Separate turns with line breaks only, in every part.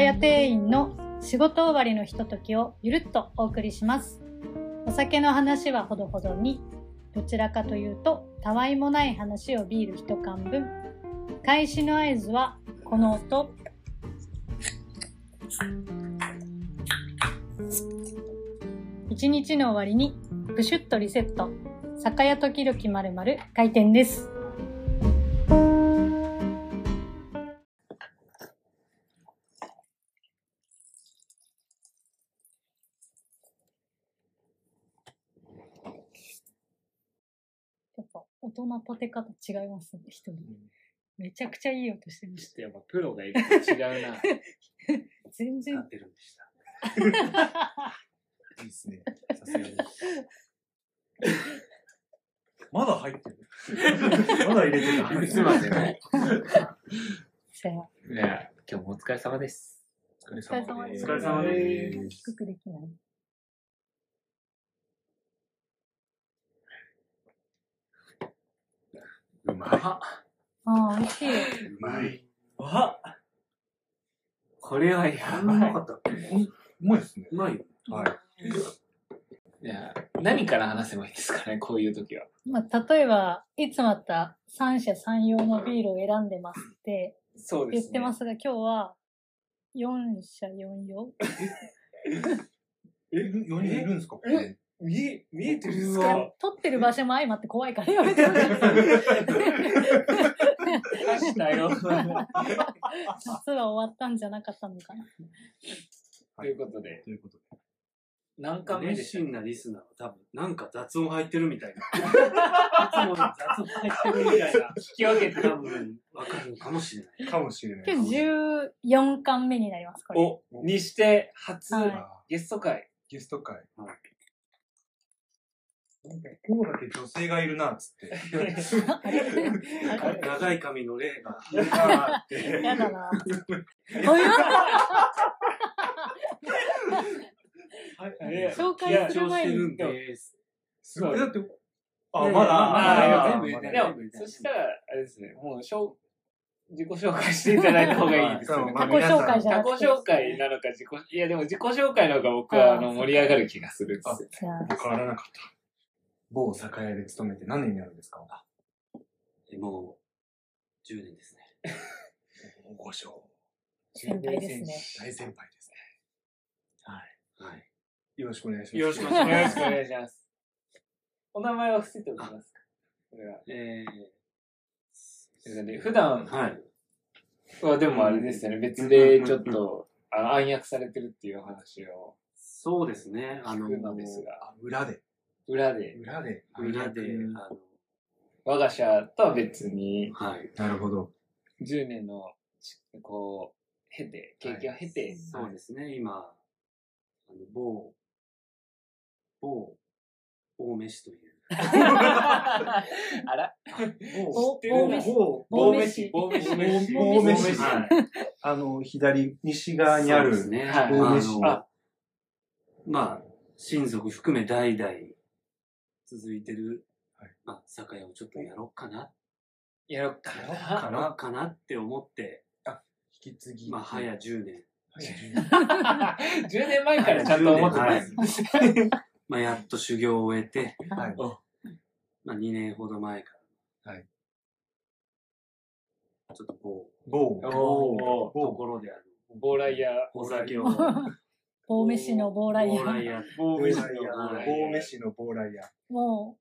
屋店員の仕事終わりのひとときをゆるっとお送りします。お酒の話はほどほどに、どちらかというと、たわいもない話をビール一缶分。開始の合図は、この音。一日の終わりに、プシュッとリセット。酒屋時々まるまる開店です。やっぱ大人立て方違いますね、一人。めちゃくちゃいい音してま
ちょ
し
っとやっぱプロがいると違 うな。
た。全然
なってるんでした。
いいですね。さすがに。まだ入ってる。 まだ入れてる。
すまんね。
さあ、
ね今日もお疲れ様です。
お疲れ
お疲れ様です。
お疲れ様で
低くできない。
うま
ああ、美味しい。
い。うまい。
あ、
これはやばい。
うまいですね。
うまい。
はい。
いや、何から話せばいいですかね、こういう時は。
まあ、例えば、いつもあった三者三様のビールを選んでますって
そう
言ってま。すが、今日は四者四様
え、4人いるんですか
え見え、見えてるんです
いや
か
撮ってる場所も相まって怖いからやめてほしい。
出した よ。
夏は終わったんじゃなかったのか な。
ということで、
ということで。
何巻目で
熱
した
心なリスナーは多分、なんか雑音入ってるみたいな。いつもの雑音入ってるみたいな。
聞き分けて
多分、わかるのかもしれない。
かもしれない。
今日14巻目になります、これ。
お、にして、初、
はい
ゲスト会。
ゲスト会。
は
なんか今日だけ女性がいるな、つって。
あれ
長い髪の例が。
いるなーって。
やだ な。おい
いや
紹介する前に
緊張してるんです。
すごい。だって、あ、
ね
まだ、
ま
あ
だ全部言って
ま
な
だ
い
でも、そしたら、あれですね、もう、しょう自己紹介していただいた方がいいですよね。
自己紹介じゃ
他
な
己
くて。
紹介なのか自己、いやでも自己紹介の方が僕
あ
は
ー
あの盛り上がる気がするんですよ。
じゃあ
変わらなかった。某酒屋で勤めて何年になるんですか
もう、10年ですね。
五章。
先輩ですね。
大先輩ですね。
はい。
よろしくお願いします。
よろしくお願いし
よろしくお願いします。お名前は伏せておきますかこれは
え
ということで普段
ー、はい。
はでもあれですよね、別でちょっとあの暗躍されてるっていうお話を
そうですね。あの
聞くのですが、
あ裏で。
裏で、
裏で。
裏で、あの、
我が社とは別に
はい。
なるほど。
10年のち、こう、経て、経験を経て、
そうですね、今、あの、某、某、大飯という。
あら
お
知ってる
大飯
某
某飯
棒飯
某
棒
飯
飯
はい
あの、左、西側にあ
そうです
る、
ね。
はい
まあ
大飯
あのまあ、親族含め代々続いてる、
はい
まあ、酒屋をちょっとやろうかな、
やろっかな。
や
か
ろ
な
うかなって思って、
引き継ぎ。
まあ、早10年、
早い
10年前からちゃんと思ってます。
まあ、やっと修行を終えて、
はい。
まあ、2年ほど前から、
はい
ちょっとこ
お。
某
う、
お
ところである、
ボーライヤー。
お酒を、
棒飯の棒ライヤ
往
ー。
来や、
ボ
某
ー飯
飯
の
の
ボーライヤー
某飯の某ライヤー。
も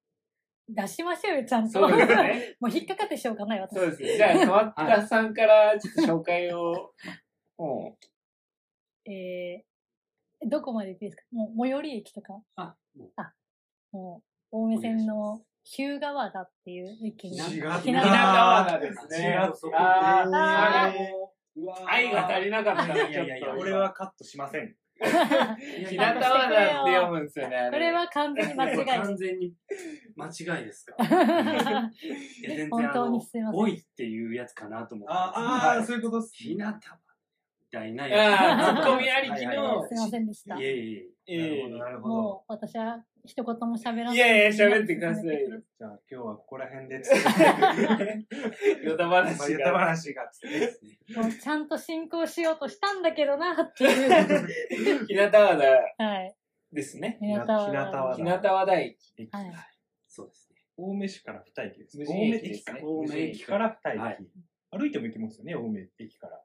う、出しましょうよ、ちゃんと。
そうですね。
もう引っかかってしょうがない、私。
そうですね。じゃあ、川田さんからちょっと紹介を。も
えー、どこまで行っていいですかもう最寄り駅とか、
あ、もう
もう、青梅線の日向和田っていう駅に。
違
う、
う
日
日
向
向
和
川
田
田ですね。
違うそこ
あー
あ
あ
うわー
ー愛が足りなかったな、
い
ちょ
や
っと。
いやいやいや、俺はカットしません。
日向和田って読むんですよね。あ
これ、は完全に間違い
完
で
全に間違いですか
す。
いや全然
本
あ
当
の
にすいません
おいっていうやつかなと思って。
ああー、そういうことっす。
ひなた体な
あ
や
あ、ツッコミありき
はいはい
の
は
すいませんでし
つ。い
た。
えいえ。
ええ。
なるほど。
もう私は一言も喋らない。
いやいや喋ってくださいよ
じゃあ今日はここら辺で、
ヨタ
まあ
話
言った
が。
話がつって。
もうちゃんと進行しようとしたんだけどな、っていう。
日向和田
はい。
ですね。
日向は。
日向は
日向和田駅。
はい。
そうです
青梅市から二駅です。
無人
青梅
駅で
駅
す
か
ね。
青梅
駅から二駅、
はい
歩いても行けますよね、青梅駅から。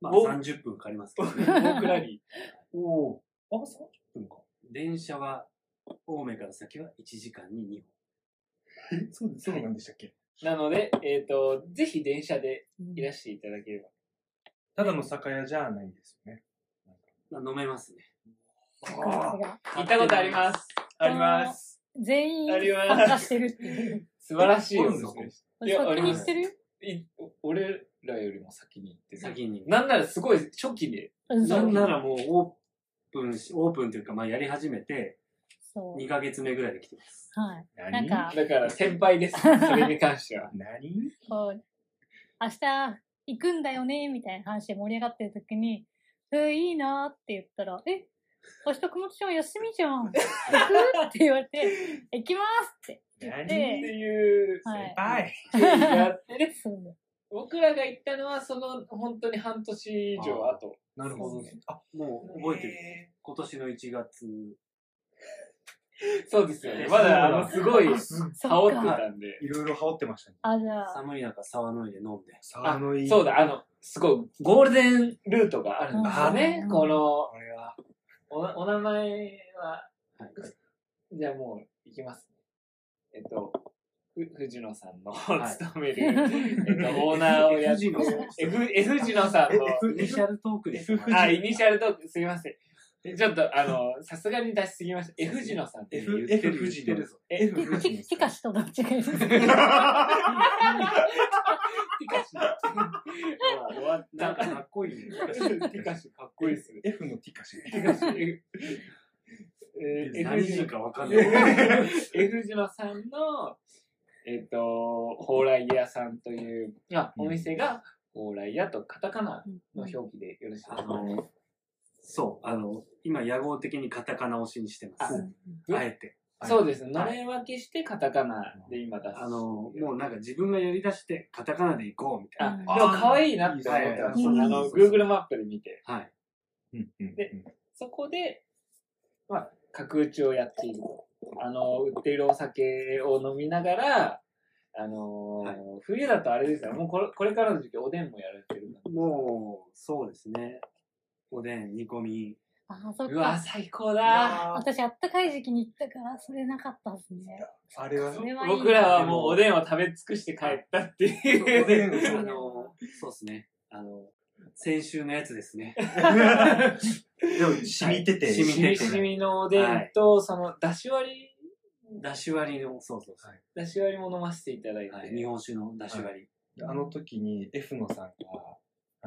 まあ
お
30分かかりますけど、
駅
ね、
から。僕らに。
おお。あ、三十分か。
電車は、青梅から先は1時間に2
えそうです。そうなんでしたっけ。
なので、えっと、ぜひ電車でいらしていただければ。
ただの酒屋じゃないんですよね。
本。まあ飲めますね。
さすが
行ったことあります。
あります。全員
あります
参加してるっていう。
素晴らしい
あ
お
るん
店
ですね。
いやあ
先
り
に
ま
行
す
ってるよ。
い俺らよりも先に行ってね
先に。
なんならすごい初期で。
うん
な
そ
ん
う
ならもうオープンし、オープンというか、まあやり始めて、
そう
2ヶ月目ぐらいで来てます。
はい。な
何
んか、
だから先輩 です。それに関しては。
何
こう、明日行くんだよね、みたいな話で盛り上がってる時に、え、いいなって言ったら、え、明日熊本ちゃん休みじゃん。行くって言われて、行きますって言っ
って
て、
いう
はい。
はい。
経緯があってね。
そう
僕らが行ったのはその本当に半年以上後。
なるほど
そう
ね。あ、
もう覚えてる。
へ
今年の1月。
そうですよね。
え
まだあ
そ
の
うだ
すごい
ー。すっ
羽織
そ
っ
ってか。
たんで。
いろいろ羽織ってましたね。
あ、じゃあ、
寒い中、沢の湯で飲んで。
沢の井。
そうだ、あ。の、すごいゴールデンルートがあるんですよね
う。ん
この、
これは。
おお名前は、
はい。
じゃあもう行きます。えっと、ふ藤野さんの
はい
勤 める、えっと、オーナーをやって、
藤野さん
えふえ藤野さんの、
え
イニシャルトークです。
F
あ、イニシャルトーク、すみません。ちょっと、あの、さすがに出しすぎました。え、藤野さんって言
F
っ、て
F
る。
富士
言って
の
る。。
F 富士
ティカシとどっちがいいですか
ティカシ。終わっ
なん
た
か。かっこいいね。
ティカシ、かっこいいですね。
F のティカシ。
ティカシ。えー、
何
F 字
人
の、
かわかんない。
F 字のさんの、えっ、と、蓬莱屋さんという、あ、お店が、蓬莱屋とカタカナの表記でよろしいです
あ
か、
の、そう、あの、今、野望的にカタカナ推しにしてます。あえて。
そうですね。
は
の
い
れん分けしてカタカナで今出す。
あの、もうなんか自分がやり出して、カタカナで行こうみたい
あ、
うん
でも可愛いなって思った
いいですね
の。あの、Google マップで見て。
な。はい。
うんうんうん
でそこで、まあ、角打ちをやっていると。あの、売っているお酒を飲みながら、あのー
はい
冬だとあれですよ。もうこれこれからの時期おでんもやられてるか
もう、そうですね。おでん、煮込み。
あ、そ
ら
っ
うわ、
か。
最高だ。
私、あったかい時期に行ったから、それなかったですね。
あれは
それはいい
僕らはもうおでんを食べ尽くして帰ったって
おで
いう。
ん、あの、そうですね。あの、先週のやつですね。
でも染みてて。
はい染み
しみしみのおでんと、その、だし割り、
だし割りの、そうそうそう。
だし割りも飲ませていただいて。
はい、日本酒のだし割り。
あの時に F のさんが、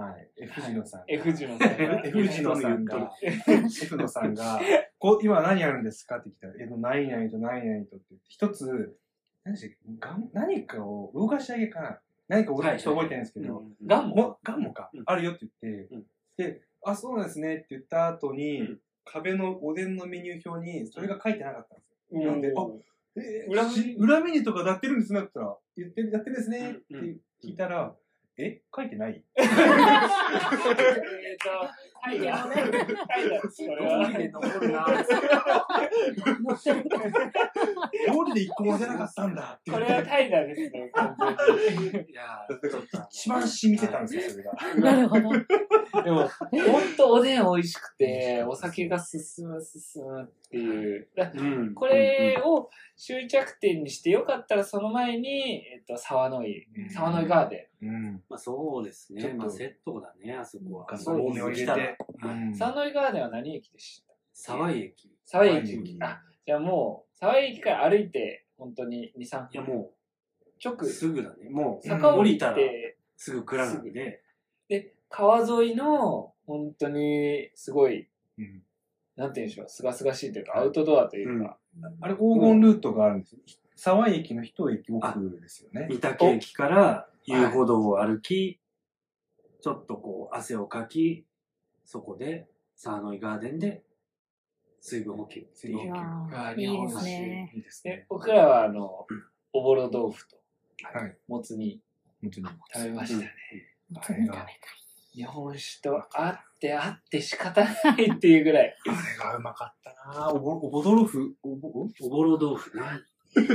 はい、F 字のさんが。
F 字のさん が
F 字のさんが、F のさんが、こう、今何やるんですかって聞いたら、えっと、何々と何々とって言って、一つ、何でしたっけがん何かを、動かし上げかな何か俺、ちょっと覚えてないんですけど、
うん
ガンモ
も、ガンモか
うん、
あるよって言って
うん、
で、あ、そうなんですねって言った後
う
に
ん、
壁のおでんのメニュー表に、それが書いてなかったんですよ。読んであえ
裏
裏
メ
メ
ニュ
ニ
ー
ュー裏メニューとかやってるんですねって言ったら、言ってる、やってるんですねって
うんうん
聞いたら、え書いてない
えっと、タイヤ。タイヤ。それは。
で残るな。
乗ってる
料理で一個も出なかったんだって
これはタイダーですね。完
いや
だから一番染みてたんですよ、それが。
なるほど。
全にでも、ほんとおでん美味しくて、お酒が進む進むっていう。だ
ー、うん
これ、を終着点にして、よかったらその前に、えっと、沢の井。沢の井ガーデ
うん。
まあそうです
ちょっと
ね。まあセットだね、あそこは。
そう
で
う、お
すね
を入れて。
ン。沢の井ガーデンは何駅でした
沢井駅。い
沢井駅
沢井。駅
あ、じゃあもう、沢井駅から歩いて、本当に2、3
や
分。
も
直
う、、すぐだね。もう、
坂を降り
うん降りたら
て、
すぐ蔵なんで。
で、川沿いの、本当に、すごい、
うん
なんて言うんでしょう、すがすがしいというか、アウトドアというか、
あれ、黄金ルートがあるんですよ。沢井駅の一駅奥ですよね。
三宅駅から遊歩道を歩き、ちょっとこう、汗をかき、そこで、サーノイガーデンで、水分補給って
水
い
分補
う
給。
わあ
あ
い
日
い
本
で
酒
すね。
いいです
で
ね。
僕らはあの、おぼろ豆腐と
はい。
もつ煮
本当に。
食べましたね。
本当に食べたい。
日本酒とあってあって仕方ないっていうぐらい。
あれがうまかったなぁおぼ、おぼどろふ、おぼ、
おぼろ豆腐ね。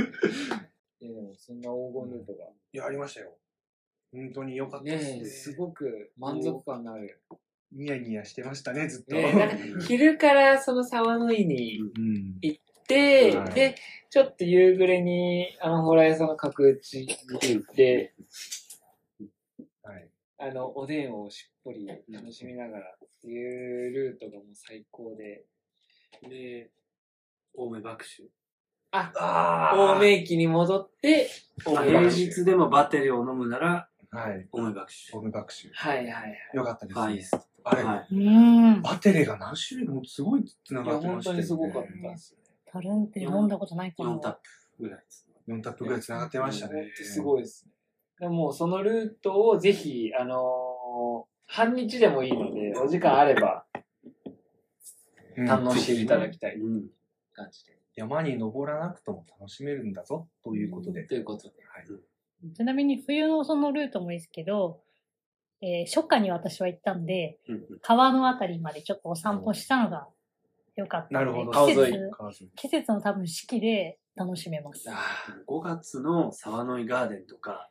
いやでもそんな黄金ルートが。
いや、ありましたよ。本当に良かったです
ね
ね。
え、すごく満足感のある。
ニヤニヤしてましたね、ずっと。
ねえ、なんか昼からその沢の井に
うん。
行って、
はい
で、ちょっと夕暮れに、あの、ホラ屋さんの角打ちに行って、
はい。
あの、おでんをしっぽり楽しみながらっていうルートがもう最高で、
で、青梅爆酒。
あ
青梅駅に戻って、青
あ
梅
平
爆
駅。
酒
日でもバテリーを飲むなら、
はい。
青梅爆酒
ホ。ーム学習。
はいはいはい。
良かったで
ファ
す
イ
ね。
スト。
あれ、
は
う
い。
ん。
バテレが何種類もすごい繋
い
が
や、
って
本
ました
当
よ
に
ね。
すごかったですね。
タルンって飲んだことないか
4
も。
タップぐらいです。
4タップぐらい繋がってました
本
ね。
当すごいですね。でも、そのルートをぜひ、あのー半日でもいいので、お時間あれば
うん。
堪能していただきたい
うん。
感じで。
山に登らなくとも楽しめるんだぞ、ということで。
ということで。
はい。
ちなみに冬のそのルートもいいですけど、えー初夏に私は行ったんで、
うんうん
川のあたりまでちょっとお散歩したのが良かった
なんる
で。
ほど。
季
川沿い
節、
川沿い。
季節の多分四季で楽しめます。
あ
5月の沢の井ガーデンとか、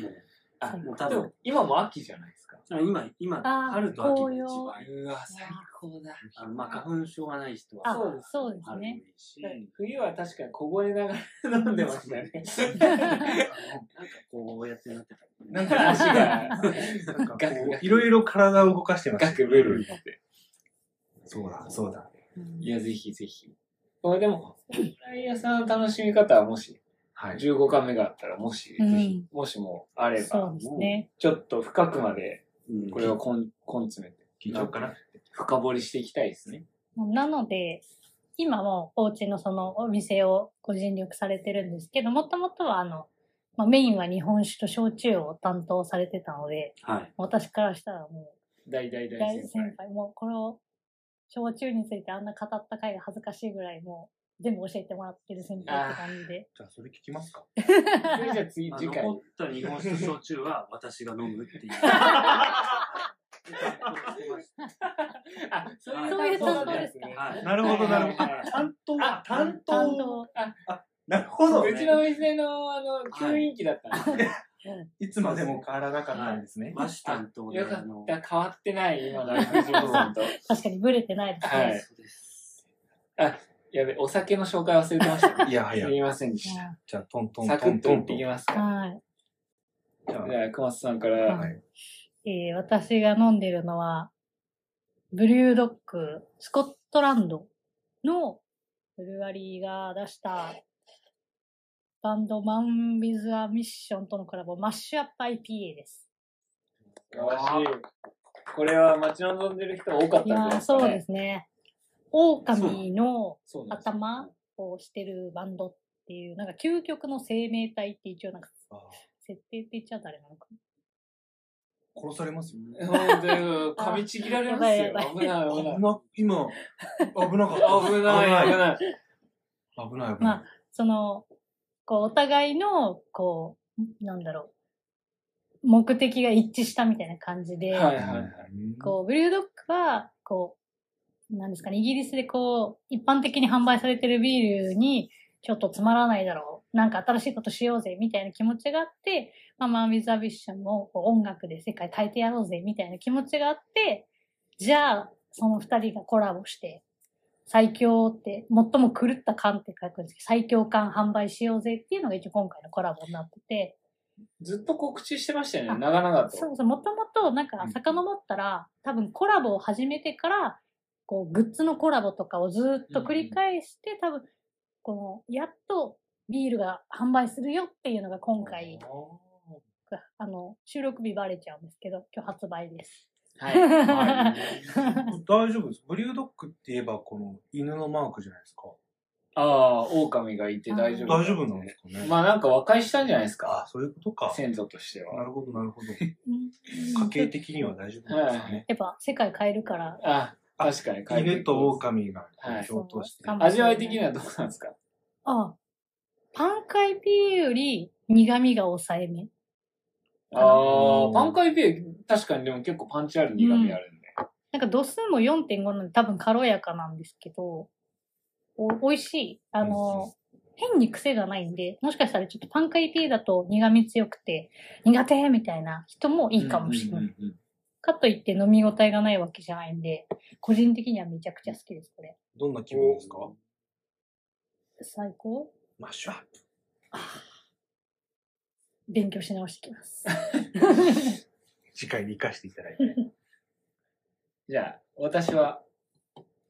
もう、あ、もう
あ
多
でも
分、、
今も秋じゃないですか。
あ今、今、
あー
春と秋が一
紅
番いいう
わ、
最
高だ。
あのまあ、花粉症がない人
あ
は、
そうです
そうです
春でも
ね。
いいし、なんか
冬は確かに凍えながら飲んでましたね。
こうやってなってた。
なんか
足が、
なんかこ
ガクガ
う、
ク
いろいろ体を動かしてました
ガ
ね。
クブルって。
そうだ、そうだ。
うん
いや、ぜひぜひ。これでも、オムライ屋さんの楽しみ方はもし、
はい。
15巻目があったら、もし、
うん
ぜひ、もしもあれ
そ
ば
う、ですね。
ちょっと深くまで、
うん
これを根詰めて、
聞いちゃおうかな。
深掘りしていきたいですね。
なので、今もお家のそのお店をご尽力されてるんですけど、もともとはあの、まあ、メインは日本酒と焼酎を担当されてたので、
はい。
私からしたらもう、
大大大
大
先
先
輩。
輩、もうこれを、焼酎についてあんな語った回が恥ずかしいぐらい、もう全部教えてもらってる先輩って感じで。
じゃあ、それ聞きますか。
それじゃあ次、
まあ
次回。
残った日本酒と焼酎は私が飲むって いう。
あ、そういう
そういう担当
担当なん
で
ですす
か
ね。
はい
なるほど、なる
はいはいは
ほど。
い
あ担当
あ担
担当。
なるほど
う。ちのお店の、あの、吸引機だったんですね
いつまでも変わらなかったんですね。
和紙担当で、
よか
あ
っ
の、
た、変わってない、 今の藤本さんと。
確かにブレてないですね。
はい
そうです。
やべ、お酒の紹介忘れてました、
いや、は
す
や。
みませんでし
じゃあ、トント
た。
ン
サ
ト
クッ
ン
と
ト
いっ
ン
て
と。
いき
じ
ます
うん
か。
はい。
ゃ
じゃあ、熊瀬さんか
あ、
ら。
はい。
えー私が飲んでるのは、ブリュードッグ、スコットランドのブルワリーが出したバンドマン・ビズ・ア・ミッションとのコラボ、マッシュアップ IPA です。
よしこれは待ち望んでる人多かったん
い
じゃ
や
ない
ー
ですか、ね。
そうですね。狼の
そうなんですよ。
頭をしてるバンドっていう、なんか究極の生命体って一応なんか
あ
設定って言っちゃ誰なのか
殺されますよ。
本当よ噛みちぎられますよ
や。ばいや
危ない、危ない
危。な、今、 危なかった。
危ない、危
危ない。
ない。
危ない、
まあ
危な
その、こう、お互いの、こう、なんだろう、目的が一致したみたいな感じで、
はい
い。
はいはい。
こう、ブリュードッグは、こう、なんですかね、イギリスでこう、一般的に販売されてるビールに、ちょっとつまらないだろう。なんか新しいことしようぜ、みたいな気持ちがあって、まあ、マン・ウィザ・ビッションもこう音楽で世界変えてやろうぜ、みたいな気持ちがあって、じゃあ、その二人がコラボして、最強って、最も狂った缶って書くんですけど、最強缶販売しようぜっていうのが一応今回のコラボになってて、
ずっと告知してましたよね、長々と。
そうそう、もともとなんか遡ったら、多分コラボを始めてから、こう、グッズのコラボとかをずっと繰り返して、多分、この、やっとビールが販売するよっていうのが今回、あの、収録日バレちゃうんですけど、今日発売です。
はい。はい
大丈夫です。ブリュードッグって言えば、この犬のマークじゃないですか。
ああ、狼がいて大丈夫。
大丈夫なんですかね。
まあなんか和解したんじゃないです
あ
か。
そういうことか。
先祖として
な
は。
るほど、なるほど。
うん
家計的には大丈夫なんですかね。
やっぱ世界変えるから、
あ、確かに変えていく
犬と狼が共闘して。
はい
味わい的にはどうなんですか
ああパンカイピーより苦味が抑えめ。
ああ、パンカイビー、確かにでも結構パンチある苦味あるんで。
なんか度数も4.5なんで多分軽やかなんですけど、お美味しい。あの、変に癖がないんで、もしかしたらちょっとパンカイピーだと苦味強くて、苦手みたいな人もいいかもしれない。
うんうんうんうん
かといって飲み応えがないわけじゃないんで、個人的にはめちゃくちゃ好きです、これ。
どんな気分ですか
最高
マッシュアップ。
勉強し直してきます。
次回に生かしていただいて。
じゃあ、私は、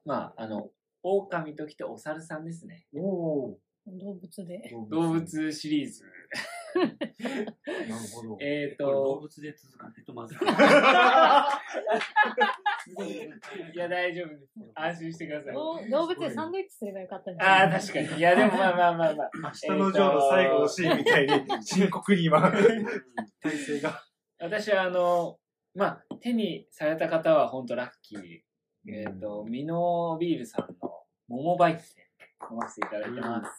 まあ、あの、狼ときてお猿さんですね。
おお。
動物 で。
動。物シリーズ。
なるほど。
えっ、ー、
これ動
と、
物で続かないとまずい。
いや、大丈夫です。安心してください。
動動物でサンドイッチすればよかったんじゃない
ああ、確かに。いや、でもまあまあまあまあ。
明日のジョーの最後のシーンみたいに深刻に今、体勢が。
私はあの、まあ、手にされた方は本当ラッキー。えっ、と、ミノービールさんの桃バイキで飲ませていただいてます。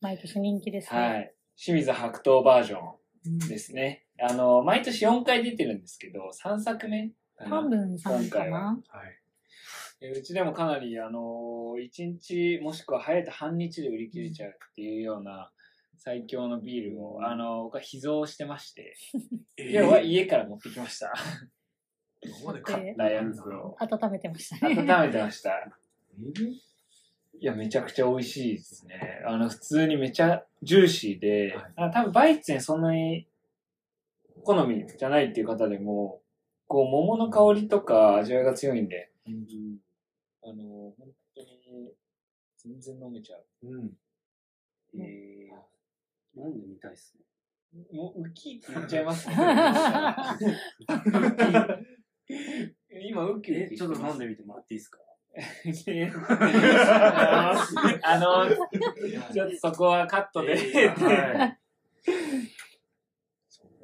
毎年人気ですね。
はい。清水白桃バージョ
うん
ンですね。あの、毎年4回出てるんですけど、3作目かな
多分さんか
今回は
な。
はい。
えーうちでもかなり、あのー、1日もしくは早いと半日で売り切れちゃうっていうような最強のビールを、あのー、僕は秘蔵してまして、要は家から持ってきました。
今まで買った
ダイアンズを。
温めてました
温
ね。
めてました。いや、めちゃくちゃ美味しいですね。あの、普通にめちゃジューシーで、
はい
あ多分バイツェンそんなに好みじゃないっていう方でも、こう、桃の香りとか味わいが強いんで、あの、本当に全然飲めちゃう。
うん。
えー飲んでみたいっすね。
もう、ウキって言っちゃいますね。 今、ウキウ
え、
キ。
ちょっと飲ん
で。
でみてもらっていいですか
あの、ちょっとそこはカットで。
はい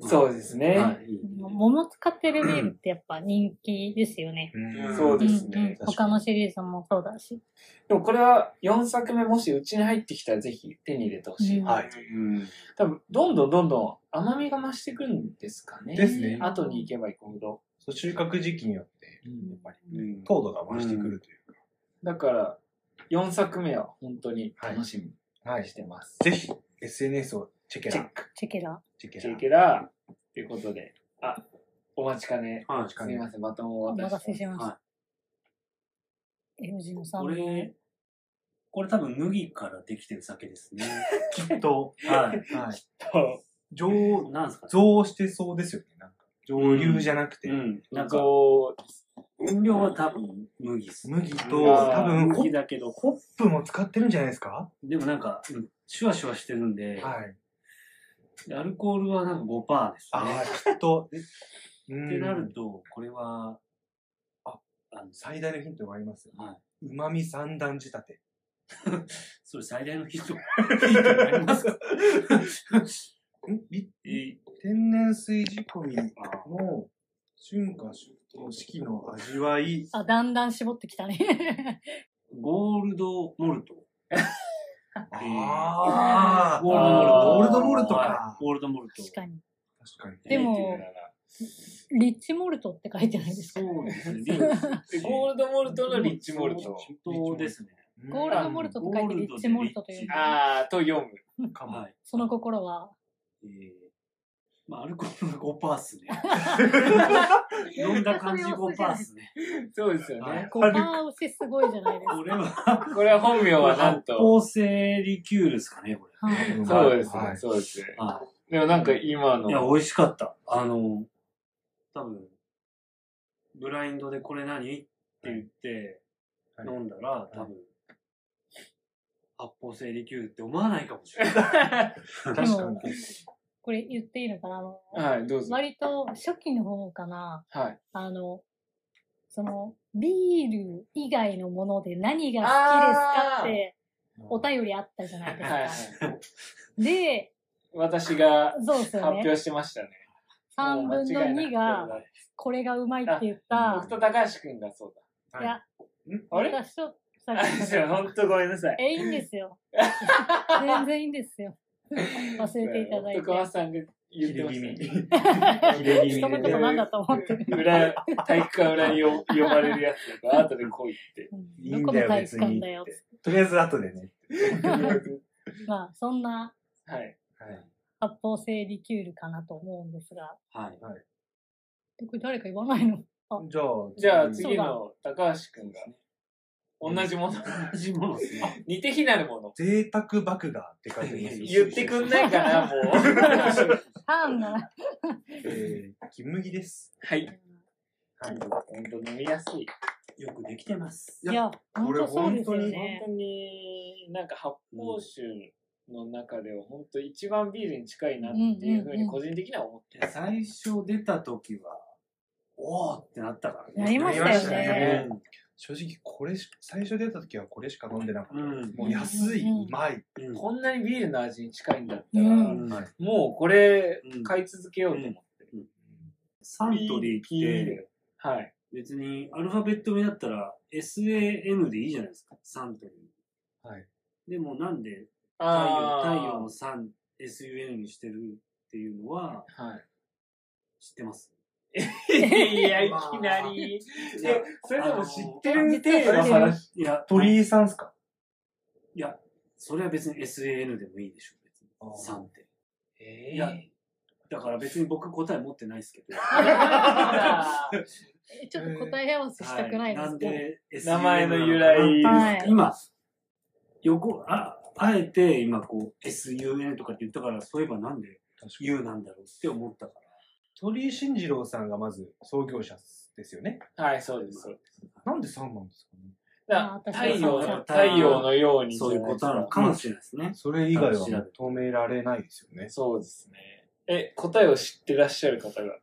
そうですね。
はいいい
桃使ってるビールってやっぱ人気ですよね。
うん
そう
う
で
ん
すね
うん他のシリーズもそうだし。
でもこれは4作目もしうちに入ってきたらぜひ手に入れてほしい。
うん
はい。
うん
多分、どんどんどんどん甘みが増してくんですかね。
ですね
後に行けば行くほど。
そう収穫時期によって、やっぱり、
うん
糖度が増してくるというか。
だから、4作目は本当に楽しみ
は
に
い
し。てます。
ぜひ、SNS をチェケ
チェ
ラ
ッ。ク。
チェケラ。
チェケ
チェ
ラ。
ケラーということで。あ、お待ちかね。
はい
すみません、バトンを
お
渡
待たせ
して。
しました
は。
え、藤野さん。
これ、これ多分麦からできてる酒ですね。
きっと、
はい。
はい。
と、
上、
なんですかね
増してそうですよね。なんか、上流じゃなくて。
うん。
な
な
ん
ん
か
か、、音量は多分麦っすね。
麦と、
あー
多分ホ
麦
ッ
だけど、
ホップも使ってるんじゃないですか
でもなんか、うんシュワシュワしてるんで、
はい。
アルコールはなんか5%です
あ
ね。
あ、きっ と。えうん
ってなると、これは、あ、あの、
最大のヒントがありますよ。
は
うまみ三段仕立て。
い。それ最大のヒット、ヒットになりますか
んり
えー
天然水仕込み
あー
の春夏秋冬四季の味わい。
あ、だんだん絞ってきたね。
ゴールドモルト。
あー
ゴールドモ
ゴール
ルト。
ドモ
ルトか
はいゴールドモルト。
確かに。
確かに。
でもリッチモルトって書いてないですか
そうですね。
でゴールドモルトのリッチモルト。
そうですね。
うん
ゴールドモルトと書いてリッチモルトという。
あー、と読む。
かも。
はい。
その心は、
えー、まあ、アルコールが5%っすね。飲んだ感じ5%っすね。
そうですよ
は
ね
い。
5%押しすごいじゃないですか。
これは、
これは本名はなん
発
と。
泡性リキュールですかね、これ。
はい
そうです
は
ね、
い
そうです。
は
でもなんか今
い。いや、
の、
美味しかった。あの、多分、ブラインドでこれ何って言って、
はい
飲んだら、
い
多分、発泡性リキュールって思わないかもしれない。
確かに。
これ言っていいのかなあの
はい、どうぞ。
割と初期の方かな、
はい。
あの、その、ビール以外のもので何が好きですかってお便りあったじゃないですか。
はいはい
で、
私が
そうです
発
よね。
表してましたね。
3分の2が、これがうまいって言っ
僕
た。
と高橋くんがそう
いや、
だ。あれ
私とさっ
あ
き
すいません
の
本当ごめんなさい。
え、いいんです よ。全然いいんですよ。忘れていただいて
僕。と川さんが 言ってました、ね。
切れ気
一
味で
言なんだと思ってる。
裏、体育館裏によ呼ばれるやつとか、後で来いって。
うん
いい
ど
ん
この
だよ、
体
別
育館
に
だよ
っ。て。とりあえず後でね。
まあ、そんな
はい。
はい。
発泡性リキュールかなと思うんですが、
はい。
これ誰か言わないの
じゃあ、
じゃあ次の高橋くんが、同じもの、
同じものですね。
似て非なるもの。
贅沢爆芽って書いてますよ。
言ってくんないかな、 もう。
ターンが、
えー、金麦です。
はい。はい。本当飲みやすい。
よくできてます。
いや、本
これ
当そうですよ
本
ね。
当になんか発泡酒の中では本当一番ビールに近いなっていうふうに個人的には思ってます。
最初出た時は、おーってなったからね。
なりましたよね。
正直、これし、最初出た時はこれしか飲んでなか
う
っ
ん。
た。もう安い、
うん
うまい。
うん。
こんなにビールの味に近いんだった
う
ら、
ん
はい
もうこれ
うん
買い続けようと思って。
サントリーって、
はい。
別にアルファベット目だったら SAN でいいじゃないですか。サントリー。
はい。
でもなんで太陽、
あー
太陽の3、SUN にしてるっていうのは
は
知ってます。
い。 いや、いきなり。いや、それでも知ってる程度の話。
いや、
鳥居さんっすか
いや、それは別に SAN でもいいでしょ、別に
あ。ー
3って。
え
いやだから別に僕答え持ってないですけど。
えちょっと答え合わせしたくないで
は
すね。
なんで、
名前の由来
SUN なのかな
はい
今、横、あ、あえて今こう、SUN とかって言ったから、そういえばなんで U なんだろうって思ったか
鳥居慎二郎さんがまず創業者ですよね。
はい、そうです。そうです
なんで3なんですかね
だから太陽の、太陽のよう
ら。
に。
そういうことなのかもしれないですね。
それ以外は
多分知らない
止められないですよね。
そうですね。え、答えを知ってらっしゃる方が、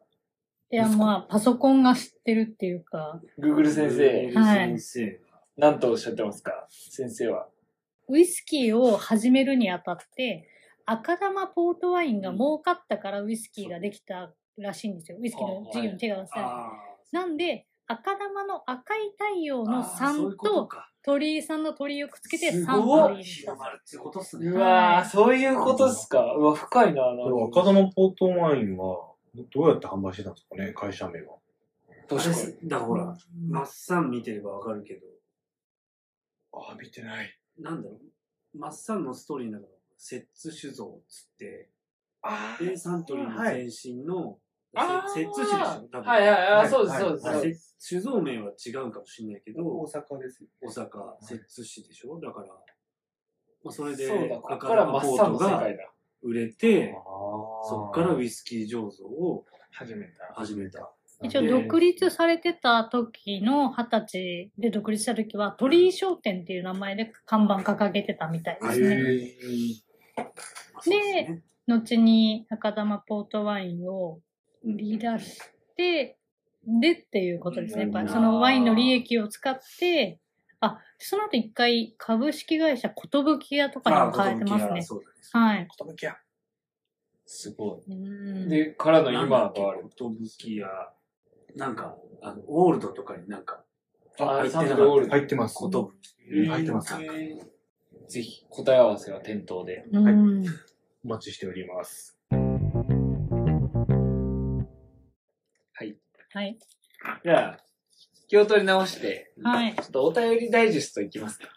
いや、まあ、パソコンが知ってるっていうか、
Google 先生、
はい
先生
何とおっしゃってますか先生は。
ウイスキーを始めるにあたって、赤玉ポートワインが儲かったからウイスキーができたらしいんですよ。ウイスキーの事業に手が合わせたら
あ
なんで、赤玉の赤い太陽
ー
の
あーそうい
3
うこと
と
か
鳥居さんの鳥居をくっつけて
す
3
ごい
鳥
い
居。
広まるってことっすね
う。わぁ、そういうことっすか。うわ、深いなぁ、な
これ赤玉ポートワインは、どうやって販売してたんですかね会社名は。
確かに。
だからほら、マッサン見てればわかるけど、
ああ、見てない。
なんだろう、マッサンのストーリーの中の、摂津酒造っつって、
あ
で、サントリーの前身の、
あー
摂津酒でしょ多分。
はいはい、あ
は
ー、
い
そうです、
はい
そうですそうです。
摂酒造名は違うかもしれないけど、
大
大
阪ですよ。
阪、
い
摂津市でしょだから、まあ、それで
そうだ、、こっ
赤
から
玉
マ
ポ
ッ
ー
サンの
ト
世
が
界だ。
売れて、そ
そ
っからウイスキー醸造を
初めた。
始めた。
一応、独立されてた時の二十歳で独立した時は、鳥居商店っていう名前で看板掲げてたみたいですね。
まあそうすね、
後に赤玉ポートワインを売り出して、でっていうことですね。やっぱりそのワインの利益を使って、あ、その後一回株式会社寿屋とかにも変えてます
あー
ね。
そうだね。
はい。
寿屋。
すご
うん
い。で、からの
なん
今
だ
が
っけ
ある。
寿屋、なんか、あの、オールドとかになんか、
あー、サ
入
ン
って
トリ
なかった
ーオールド
入ってます。
ことぶ
えー入ってます
えーぜひ、答え合わせは店頭で。
うん
お待ちしております。
はい。
はい。
じゃあ、気を取り直して、
はい
ちょ。っとお便りダイジェストいきますか。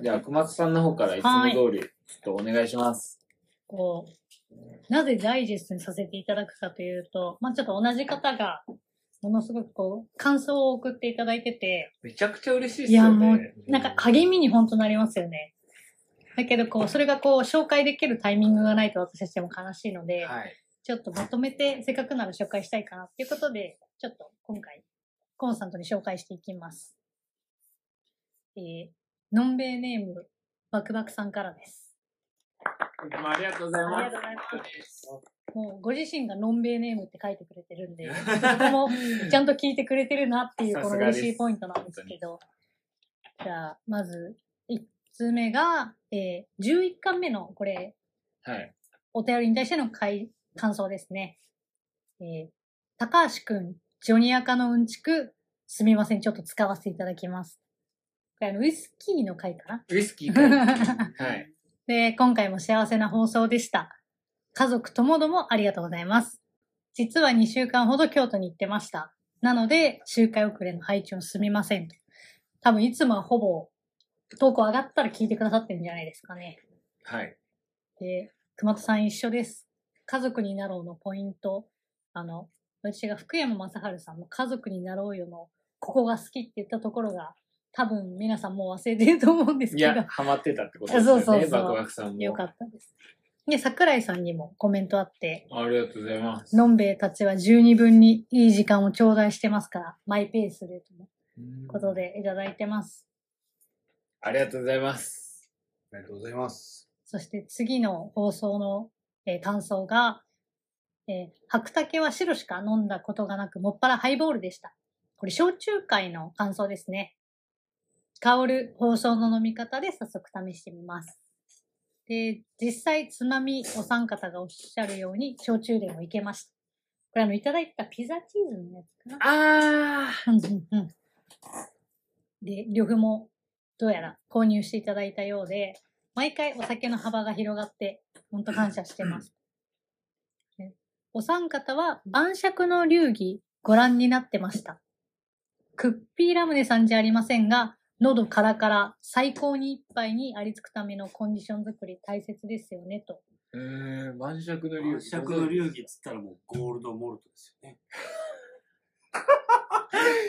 じゃあ、小松さんの方からいつも通り、ちょっとお願いします。
こう、なぜダイジェストにさせていただくかというと、まあちょっと同じ方が、ものすごくこう、感想を送っていただいてて、
めちゃくちゃ嬉しいで
い
す
や
よ
もう
ね。、
なんか励みに本当なりますよね。だけどこう、それがこう、紹介できるタイミングがないと私たちも悲しいので、
はい。
ちょっとまとめて、せっかくなら紹介したいかなっていうことで、ちょっと今回、コンスタントに紹介していきます。えー、のんべいネーム、バクバクさんからです。
ありがとうございます。
ざいます。もうご自身がのんべいネームって書いてくれてるんで、そこもちゃんと聞いてくれてるなっていう、こ
さ
の
すがです
嬉しいポイントなんですけど。じゃあ、まず、いつ目が、えー、11巻目の、これ、
はい。
お便りに対しての回感想ですね。えー、高橋くん、ジョニアカのうんちく、すみません、ちょっと使わせていただきます。これあの、ウイスキーの回かな
ウイスキーから。はい。
で、今回も幸せな放送でした。家族ともどもありがとうございます。実は2週間ほど京都に行ってました。なので、周回遅れの配置をすみませんと。多分いつもはほぼ、投稿上がったら聞いてくださってるんじゃないですかね。
はい。
で、熊田さん一緒です。家族になろうのポイント。あの、私が福山雅治さんの家族になろうよの、ここが好きって言ったところが、多分皆さんもう忘れてると思うんです
い
けど
や、。ハマってたってことですよね。
そうそうそう
バクバクさん も。
よかったです。で、桜井さんにもコメントあって、
ありがとうございます。
のんべえたちは十二分にいい時間を頂戴してますから、マイペースでということでいただいてます。
ありがとうございます。
ありがとうございます。
そして次の放送の、えー感想が、えー白竹は白しか飲んだことがなく、もっぱらハイボールでした。これ、焼酎会の感想ですね。香る放送の飲み方で早速試してみます。で、実際、つまみお三方がおっしゃるように、焼酎でもいけました。これ、あの、いただいたピザチーズのやつかな。
あ
うんうんうんで、呂布もどうやら購入していただいたようで、毎回お酒の幅が広がって、ほんと感謝して ます。ねお三方は晩酌の流儀ご覧になってました。クッピーラムネさんじゃありませんが、喉カラカラ、最高に一杯にありつくためのコンディション作り大切ですよね、と。
ー。えー、晩酌の流儀。
晩酌の流儀っつったらもうゴールドモルトですよね。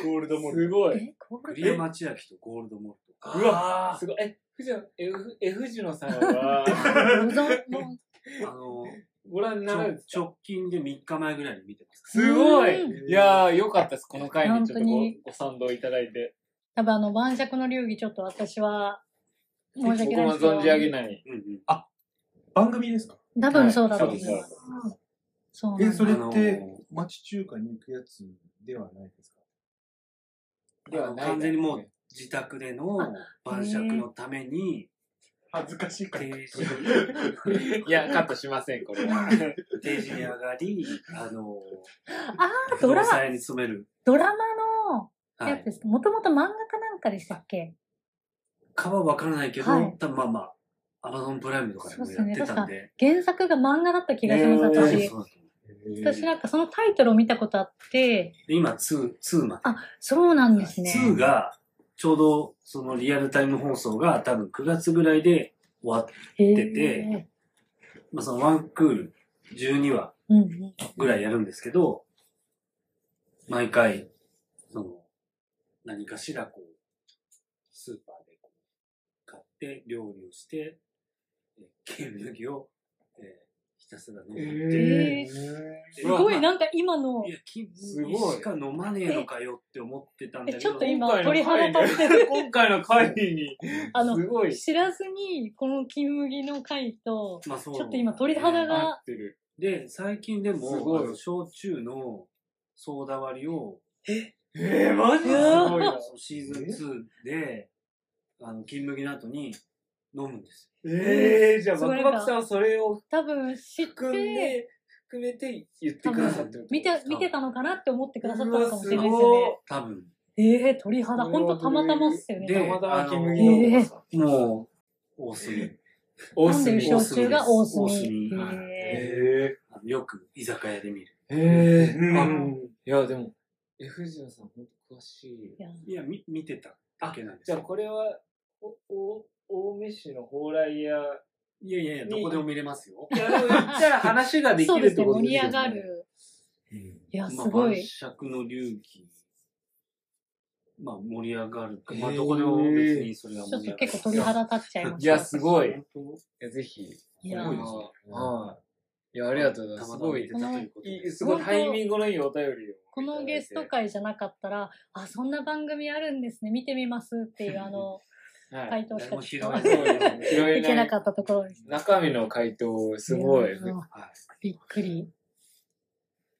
ゴールドモルト。すごい。
え、これ
栗山千明とゴールドモル
うわすごい。え、藤野、え、ふえ藤野さん は、
保存の
ト。あの、
ご覧になられて
ちょ直近で3日前ぐらいに見てます。
すご
う
いいやー、よかったです。この回にちょ
本当
っとご
に
ご賛同いただいて。
多分あの晩酌の流儀ちょっと私は申し訳
僕
ない
も
ですけど
存じ上げない。
うんうん。
番組ですか
多分そうだと
は
思
い
い
そう
ま
です
す。そうなん
え、
だ
それっ
あの
て
ー、
町中華に行くやつではないですか
ではない
完全にもう自宅での晩酌のために、
恥ずかしい
定時
いや、カットしません、これは。
定時に上がり、あの、
あー
不
ドラ
動産屋に勤める。
ドラマの
は
やつ
い
で。すかもともと漫画かなんかでしたっけ
かはわからないけど、
はい
たまあまあ、アマゾンプライムとかでも
そう
や
です
っ
ね
てたんで。
原作が漫画だった気がします、
確か
私
に
多分そ。うだと思う
私なんかそのタイトルを見たことあって、
で今、2、2ま
あ、そうなん
で。
ですね。
2が、ちょうど、そのリアルタイム放送が多分9月ぐらいで終わっ
出
てて、まあそのワンクール12話
うんうん。
ぐらいやるんですけど、毎回、その、何かしらこう、スーパーでこう買って、料理をして、えー金麦を、えーひたすら飲んで、
えーすごい、
な。
なんか今の
い、や、金
すご
麦
い
しか飲まねえのかよって思ってたんだけど、
えちょっと今
今回の回
鳥
に
肌立ってる
今回の回に、
あの
すごい、
知らずに、この金麦の回と、
まあそう
ちょっと今鳥肌が
合ってる。
で、最近ですも、
ごい
あの焼酎のソーダ割りを、
えー、マジ
い
す
や
ごいな。
そうシーズン2で、あの、金麦の後に飲むんですよ
えー、じゃあ、
す
バ
ごい
ク
な
バクさんはそれを
多分知って、
含んで、含めて言ってくださってるってこと
見
です
て
か、
見てたのかなって思ってくださったのかもしれないうで
わ
すよね。
多分。
ええ鳥肌、ほんとたまたまっすよ
で
ね。
たまたま金麦
飲んで
の
ま
さ、
もう、多すぎる。
大
飲んでる
隅。
焼酎が大隅。
大隅はい
ええ
え
あのよく居酒屋で見る。
ー。え
うん
ー。あいや、でも、え、藤野さん、ほんと詳しい。
いや
いや、み見てただけなんです
じゃあ、
よ。
これは、お、お、青梅市の蓬莱屋。
いやいやいや、どこでも見れますよ。
いや、でも言ったら話がで
そ
き
う
る
で
っ
す
て
ね、
こと
盛
で
り
すよ
上
ね。
がる。いや、す
まあ
ご
晩
い。
酌の流儀。まあ、盛り上がるか。
へー
まあ、どこでも別にそれは
ちょ
盛
っと
り上がる。
結構鳥肌立っちゃいました。
いや、すごい。い
本当
や、ぜひ。
いや
すご
ー
いですね
はい。いや、ありがとうございます。すごい
た。またま見てたということで
いいすごいタイミングのいいお便りを。
このゲスト。会じゃなかったら、あ、そんな番組あるんですね、見てみますっていう、あの、
は
回
い。
答しか
誰も
聞
拾え
か
な
ないい
そうですね拾え
け
な
ないか。ったところです。
中身の回答、すごい。
やー
はい
びっくり。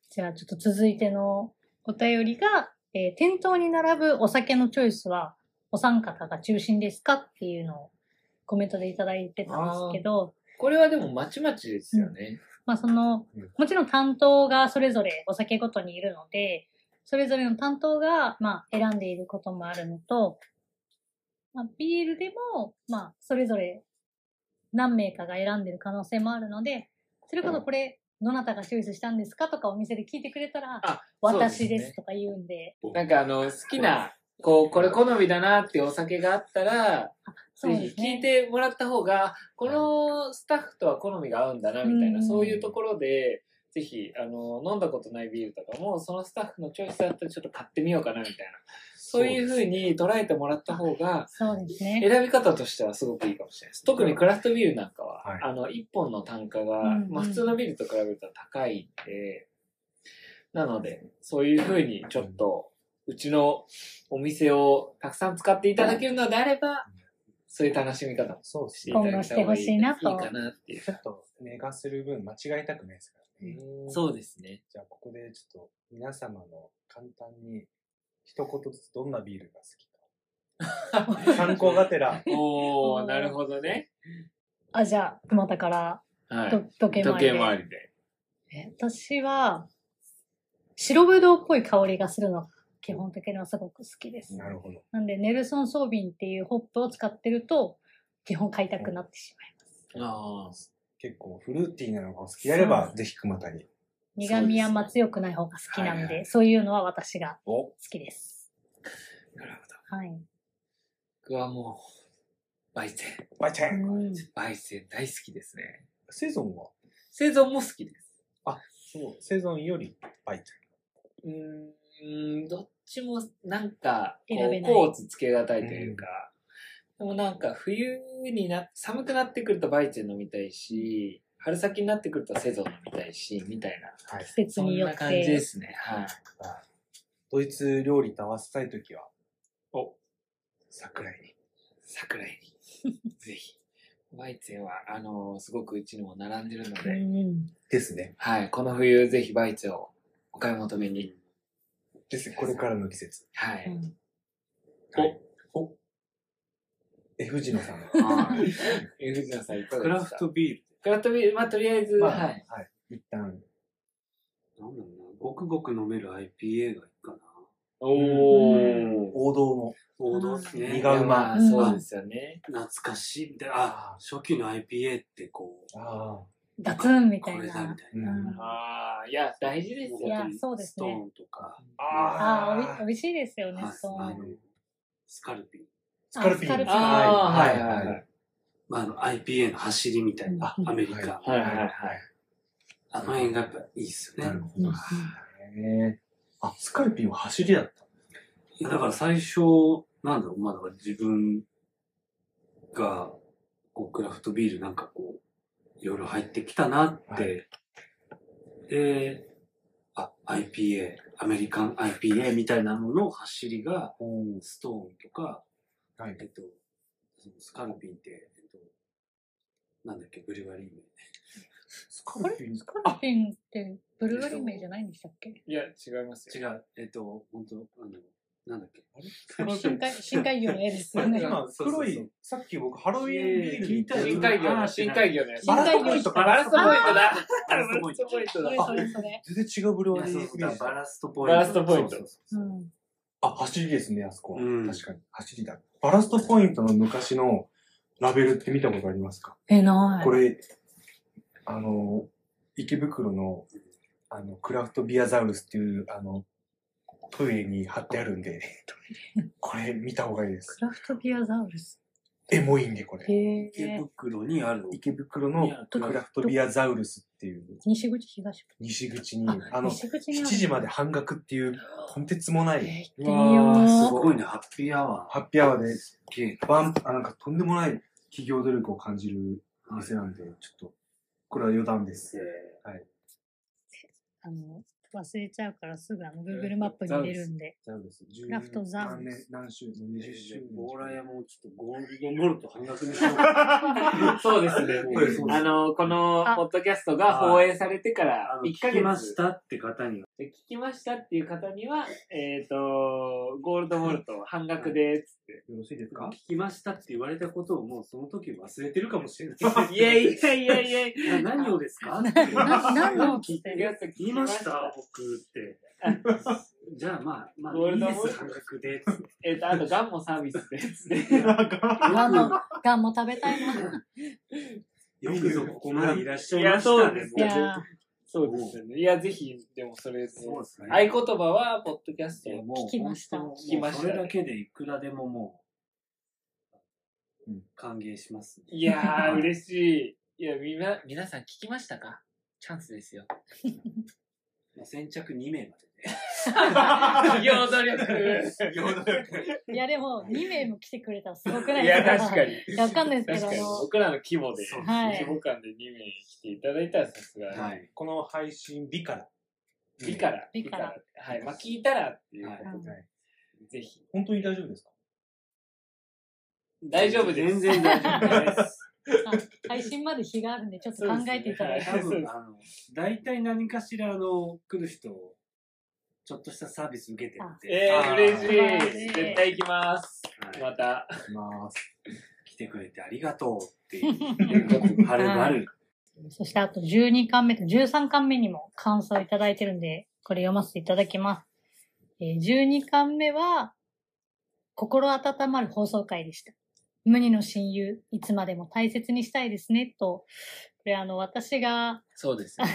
じゃあちょっと続いてのお便りが、えー店頭に並ぶお酒のチョイスはお三方が中心ですかっていうのをコメントでいただいてたんですけど、
これはでもまちまちですよね。
まあその
うん、
もちろん担当がそれぞれお酒ごとにいるので、それぞれの担当が、まあ、選んでいることもあるのと、まあ、ビールでも、まあ、それぞれ何名かが選んでる可能性もあるので、それこそこれ、どなたがチョイスしたんですかとかお店で聞いてくれたら、
あ、
私で
そうね
すとか言うんで、
なんかあの、好きな、こう、これ好みだなってお酒があったら、
そう
ぜ
で
ひ
す
聞い
ね。
てもらった方が、このスタッフとは好みが合うんだな、みたい
う
な、
ん
そういうところで、ぜひ、あの、飲んだことないビールとかも、そのスタッフのチョイスだったらちょっと買ってみようかな、みたいな。そういうふうに捉えてもらった方が、
そうですね。
選び方としてはすごくいいかもしれないです。特にクラフトビールなんかは、
はい
あの、1本の単価
うん
が、
うん
まあ普通のビールと比べると高いんで、なので、そういうふうにちょっと、うちのお店をたくさん使っていただけるのであれば、そういう楽しみ方も
そうです
して
ね
いただいた方がいい
今後してほしいなと
いいかなっていう。
ちょっとメガする分間違えたくないですからね。
そうです ね。
じゃあここでちょっと皆様の簡単に一言ずつどんなビールが好き か。参考がてら。
お
おー
ー、なるほどね。
あ、じゃあ、熊田から
はい。
ど時計
時
回り
計
で。
回りで。
え私は、白ぶどうっぽい香りがするのが基本的にはすごく好きです。
なるほど。
なんで、ネルソン・ソービンっていうホップを使ってると、基本買いたくなってしまいま
あー
結構フルーティーなのがお好きであれば、ぜひ熊田に。
す。苦味はあんま強くない方が好きなんで、
はいは
そういうのは私が
お
好きです。
なるほど。
はい。
僕はもう、焙煎。
ばいちゃん
うん
焙煎大好きですね。
セゾンは
製造も好きです。
そう、セゾンよりばいち
うーん、どっちもなんか、こ
選べ
う、
ない
コーツつけがたいというか、でもなんか冬にな、寒くなってくるとバイチェン飲みたいし、春先になってくるとセゾン飲みたいし、みたいな。
ゃん。はい
季。節
そん
によ
な
っ
感じで
て。
すね。はい。
ドイツ料理と合わせたいときは、
お、
桜井に。
桜井に。 ぜひ。バイチェンは、あのすごくうちにも並んでるの
う
で、
ん。
ですね。
はい。この冬、ぜひバイチェンをお買い求めに。
ですこれからの季節。
は
う
い。
ん
はいお、え、藤野さん。
はい。え藤野さん、いか
ク
が
ラ
です
フ
か
トビール。
クラフトビール、まあ、とりあえず、
まあ
はい。
はい。一旦、
なんだろうな。ごくごく飲める IPA がいいかな。
お
ー
王道の。
王道ですね。
苦がうま
まあそうですよね。
懐かしいみたいな。あ、初期の IPA ってこう、
あ
ガツンみ
こ
たい
れだみ
な。
たいうな。
うん
ん。
ああ、いや、大事です
い
よ。
やそうですね
ストーンとか、
あ
ああ、おい美味しいですよね、
あ
ストー
あの
ン。
スカルピー。
スカル
あス
ピ
カル
ー。
ピー
あー
はいはい
は
はいい。
まあ、あの IPA の走りみたいな、
うん
アメリカ。
はいはいはい。
あの辺がやっぱいいっすよ
な
ね
る。ほ
うんう
ど
ん。
ねあ、スカルピーは走りだった。
いやだから最初、なんだろう、まあだから自分が、こう、クラフトビールなんかこう、いろいろ入ってきたなって、で、あ、IPA、アメリカン IPA みたいなのの走りが、ストーンとか、
はい
えっと、そのスカルピンって、えっと、なんだっけ、ブリュワリー名。
スカルピー
スカルピンってブルガリ名じゃないんでしたっけ
いや、違います
違
よ。
う、えっと、本当あの、なんだっけ。
深海、深海魚の絵ですよ ね。
今、黒
そうそうそう
い、さっき僕、ハロウィンビールで
聞いた
深海魚
あ
だ、
ー
深海魚だよ。
深海魚
バラストポイント
バ
か。
ラストポイントだ。
バ
バ
ラ
ラ
スト
ス
ポイン
トポイント
ト
そ
だ
れ。それそれ。
全然違うブル
い
ワ
や
リー
そう
ビー
そうだ
ル
バラストポイント。
バラストポイント
そうそうそう
うん。
あ、走りですね、あそこは。
うん
確かに。走りだ。バラストポイントの昔のラベルって見たことありますか、
え、ない。
これ、あの、池袋の、あの、クラフトビアザウルスっていう、あの、トイレに貼ってあるんで、これ見た方がいいで
ク
す。
ラフトビアザウルス。
エモいんで、これ。
へ
池
え。
袋にあるの。
池袋のクラフトビアザウルスっていう、
西口東口。
西口に、
あ
あの、
西口にあ
7
る
時まで半額っていう、とんてつもな
え
い、
ー行ってみ
す
よ
ごいね、ハッピーアワー。
ハッピーアワーで、
ゲー
バン、あ、なんかとんでもない企業努力を感じる店なんで、ちょっと、これは余談です。
う。あの、忘れちゃうからすぐあの Google マップに入れるんで。
ザウルス。ク
ラフトザウ
何
ル
年
ス、
何週、もう20週。
ボーラ屋もちょっとゴールドモルト半額にしよう
そうですね。
そうです
あの、この
あ、
ポッドキャストが放映されてから
あの
1ヶ
聞きまし
月。
たって方には、
で聞きましたっていう方には、えっ、と、ゴールドモルト半額で、つって。
よろしいですか
聞きましたって言われたことをもうその時忘れてるかもし れない。
いやいやいやいやい
な何をですかって
な何のっ
や。
て。
聞
言いました、僕って。じゃあまあ、ま
ゴー
あ、い
ル
い
ドモル
で
ト
す、半額で。
えっ、と、あと、ガンもサービスで、つって。
ガンも、ガンも食べたいな。
よくぞここまでいらっしゃ
い
いま
や、
し
そ
た
うで
ね
す。
い
ね
や。
そうですよね。いや、ぜひ、でもそれで。
そうですね。
合言葉は、ポッドキャスト
もう
聞きました
本当
聞きました
もうそれだけでいくらでももう
うん、
歓迎しますね。
いやー、嬉し い。いや、みな、皆さん聞きましたかチャンスです よ。
まあ先着2名までね。
行動力
いや、でも、2名も来てくれたらすごくない
い
です
や、
か
確かに。
いやわかんないです
確
け
かに
ど、あ、の
僕らの規模で、
そう
ですね
規模感で2名来ていただいたらさすがに。
はい。
この配信日から。
美から。
美から
はい。まあ、聞いたらっていう
はい
うん
はい
ぜひ。
本当に大丈夫ですか
大丈夫です。
全然大丈夫です。
あ配信まで日があるんで、ちょっと考えていただいて。
多分、あの、大体何かしら、あの、来る人、ちょっとしたサービス受けてるん で、
え
あ
ー、
ー
嬉
素
し
晴らし
い。
い
絶対行きます。
はい
また。
まあ、
来てくれてありがとうっていう、はるばる。
そしてあと12巻目と13巻目にも感想いただいてるんで、これ読ませていただきます。えー12巻目は、心温まる放送回でした。無二の親友、いつまでも大切にしたいですね、と。これあの、私が
そうですね。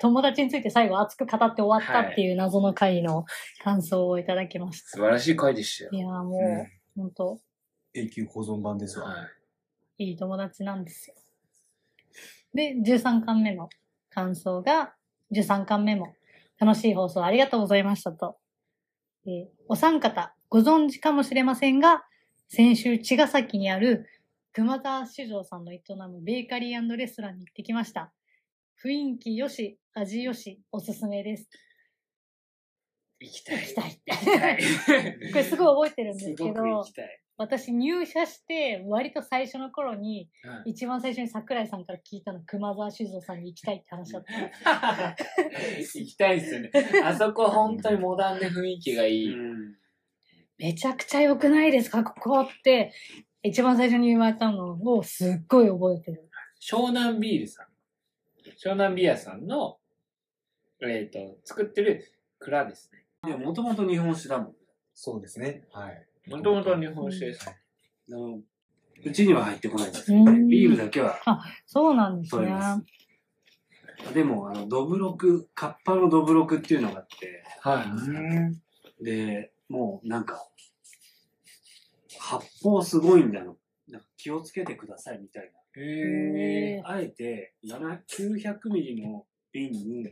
友達について最後熱く語って終わったっていう謎の回の感想をいただきました。
素晴らしい回でしたよ。
いやーもう、ほんと、
永久保存版ですわ。
いい友達なんですよ。で、13巻目の感想が、13巻目も、楽しい放送ありがとうございましたと。えーお三方、ご存知かもしれませんが、先週、茅ヶ崎にある、熊沢酒造さんの営むベーカリーレストランに行ってきました。雰囲気よし、味よし、おすすめです。
行きたい。
行きたい
行きたい。
これすごい覚えてるんです
す
け
ごく行
ど
き、たい。
私入社して、割と最初の頃に、
はい
一番最初に桜井さんから聞いたの熊沢酒造さんに行きたいって話だった。
行きたいっすよね。あそこ本当にモダンで雰囲気がいい。
めちゃくちゃ良くないですかこ こって、一番最初に言われたのをすっごい覚えてる。
湘南ビールさん。湘南ビアさんの、えっ、と、作ってる蔵ですね。
もともと日本酒だもん。
そうですね。はい。
もともと日本酒です。
あのうちには入ってこないんです
う
よね。
ん
ビールだけは。
そうなんです
そう
ね
で。でも、あの、どぶろく、カッパのどぶろくっていうのがあって、
は
ん。
で、もうなんか、発泡すごいんだよ。なんか気をつけてくださいみたい
い。
へ
へ
ー
な。あえて、7 900ミリの瓶に、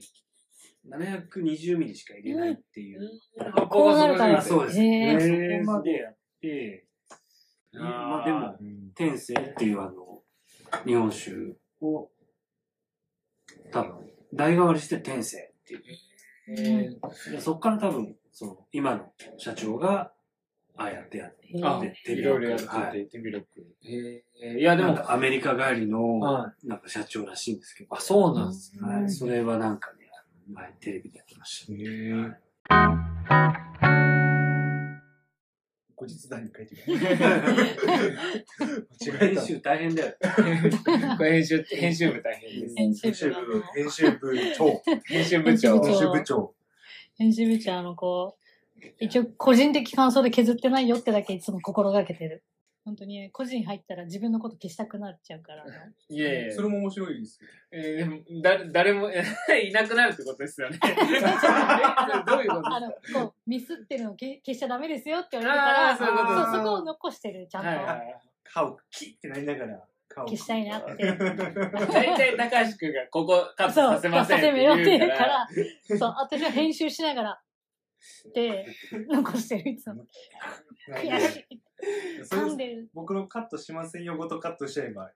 720ミリしか入れないっていう。
ー。
こうなるから
あそうです。
へー
でそこまでやって、
あー
まあでも、天性っていうあの、日本酒を、多分、代替わりして天性っていう。
うん
でそこから多分、その、今の社長が、ああやってやって、
へー
あ
で
いろいろやって
はい
て、手広く。へえ。いや、で
な
も、
んかアメリカ帰りの、
はい
なんか社長らしいんですけど。
あ、そうなんです。
う
はい。
ん
それはなんかね、あの前テレビでやってました。
へ後日談に書いてみる。間違え
編
た。
集大変だよ。
これ 編集、編集部大変です。
編集
編集
部が
部
もう、
編集部長、
編集部長。
編集部長。
編集部長のこう、一応個人的感想で削ってないよってだけいつも心がけてる。本当に個人入ったら自分のこと消したくなっちゃうから。
いやいや
それも面白いですけど。
えー、でもだ 誰もいなくなるってことですよ ね。どういう こと
あの、こう、ミスってるの消消しちゃダメですよって言われ
あ
るか
ーそういうこと
ら、そ
だ
うそこを残してる、ちゃんと。
はいはい
顔をキッってなりながら、顔を
消したいなって。
大体高橋くんがここカットさせませんって
そうカットさせ
言
め
う
よ
か。
って言うからら、そう、私は編集しながら、で、残してる、いつも。悔し い。
それ
噛んでる。
僕のカットしませんよごとカットしちゃえば、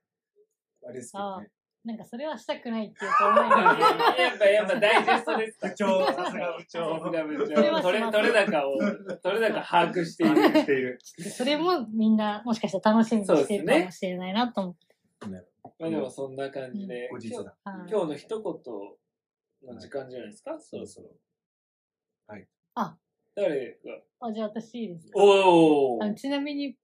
あれですけどね。
なんかそれはしたくないっていうと思いがら
やっぱ、やっぱダイジェスト です
部長、さすが部
さす
長。
が部
それはしま
長。
せ
取れ、
ん
取れ高を、取れ高把握している。
ている。
それもみんなもしかしたら楽しみにしてるかもしれないなと思って。
まあでもそんな感じで。
後日だ。
はい
今日の一言の時間じゃないですか、そろそろ。
はい。
あ。
誰が
あ、じゃあ私いいですか
お
あのちなみに、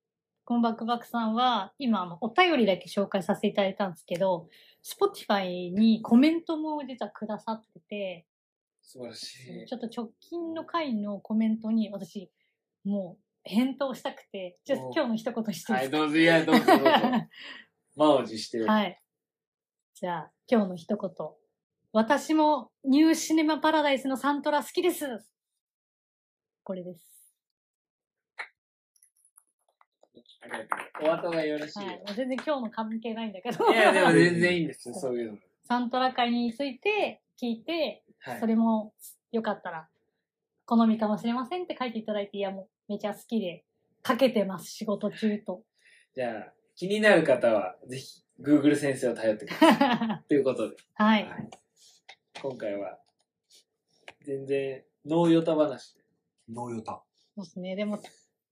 このバックバックさんは、今、あのお便りだけ紹介させていただいたんですけど、Spotify にコメントも実はくださってて、
素晴らしい。
ちょっと直近の回のコメントに私、もう返答したくて、じゃあ
お
今日の一言していい
は
で
い、
すか
どうぞ、いや、どうぞ、ど うぞ。満を持して。
はい。じゃあ、今日の一言。私もニューシネマパラダイスのサントラ好きです。これです。
ありがとうお後がよろしい
はい。
よ。
もう全然今日の関係ないんだけど。
い、や、でも全然いいんですよ、そういうの。
サントラ会について聞いて、
はい
そ。れもよかったら、好みかもしれませんって書いていただいて、いやもうめちゃ好きで、かけてます、仕事中と。
じゃあ、気になる方は、ぜひ、Google 先生を頼ってくだ さい。
は
ということで、
い。
今回は、全然、ノーヨタ話で。
ノーヨタ。
そうですね。でも、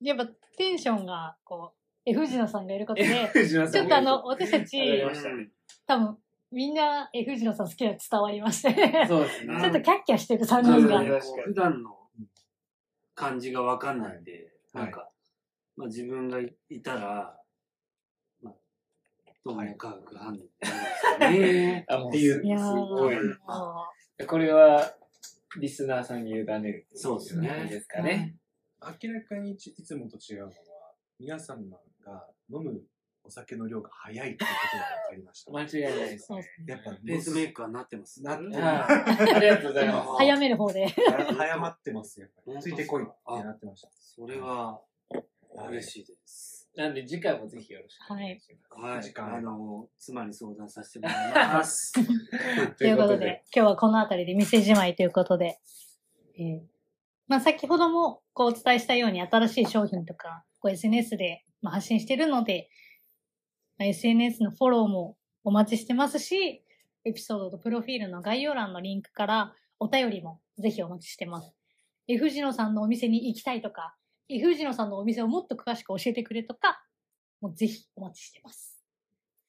やっぱテンションが、こう、え、藤野さんがいることで、
藤野さ
ちょ
ん
っとあの、私たち、
上がりましたね。
多分、みんな、え、藤野さん好きなの伝わりまして、ち
そうですね。
ょっとキャッキャしてる3
そう
人
です
が
ね。
こう普段の感じがわかんないんで、
はい
なんか、まあ自分がいたら、まあ、どんな化学反応になるんですかね。
あ、も
っていう
いやー、
す
も
ごい。
う
これは、リスナーさんに委ねる。
そうですね
ですかね。
明らかにいついつもと違うのは、皆様が飲むお酒の量が早いってことが分かりま した。
間違いないです
そう。ですね。
やっぱ、
ペースメーカーになってます。
なってる
はい。ありがとうござい ます。
早める方で。
早まってます、やっぱり。ついてこいってなってました。
それは嬉
い。
しいです。
なんで次回もぜひよろしくお願いしま
は
時
い。
間
あの、妻に相談させてもらいます。
す。
ということ で、今日はこの辺りで店じまいということで、えーまあ先ほどもこうお伝えしたように新しい商品とか、こう SNS でまあ発信してるので、まあ SNS のフォローもお待ちしてますし、エピソードとプロフィールの概要欄のリンクからお便りもぜひお待ちしてます。え、藤野さんのお店に行きたいとか、え、藤野さんのお店をもっと詳しく教えてくれとか、もうぜひお待ちしてます。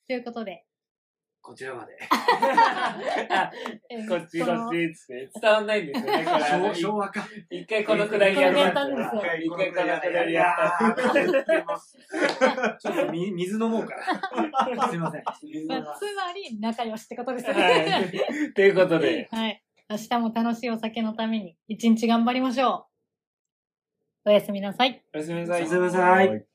ということで、
こちら まで。
あ
えー
こっち
そ
こ
の
っちっつって伝わんないんですよね。これあの
昭昭和か。
一回このくだりやりました。
このくだりやったん
一回このくだりやった。
ちょっとみ水飲も うから。すいません。水飲
ま
み
あ
ます
つまり仲良しってことですね。
はい。ということで、
はい。明日も楽しいお酒のために、一日頑張りましょう。おやすみなさい。
おやすみなさ
おや
い
す。みなさい。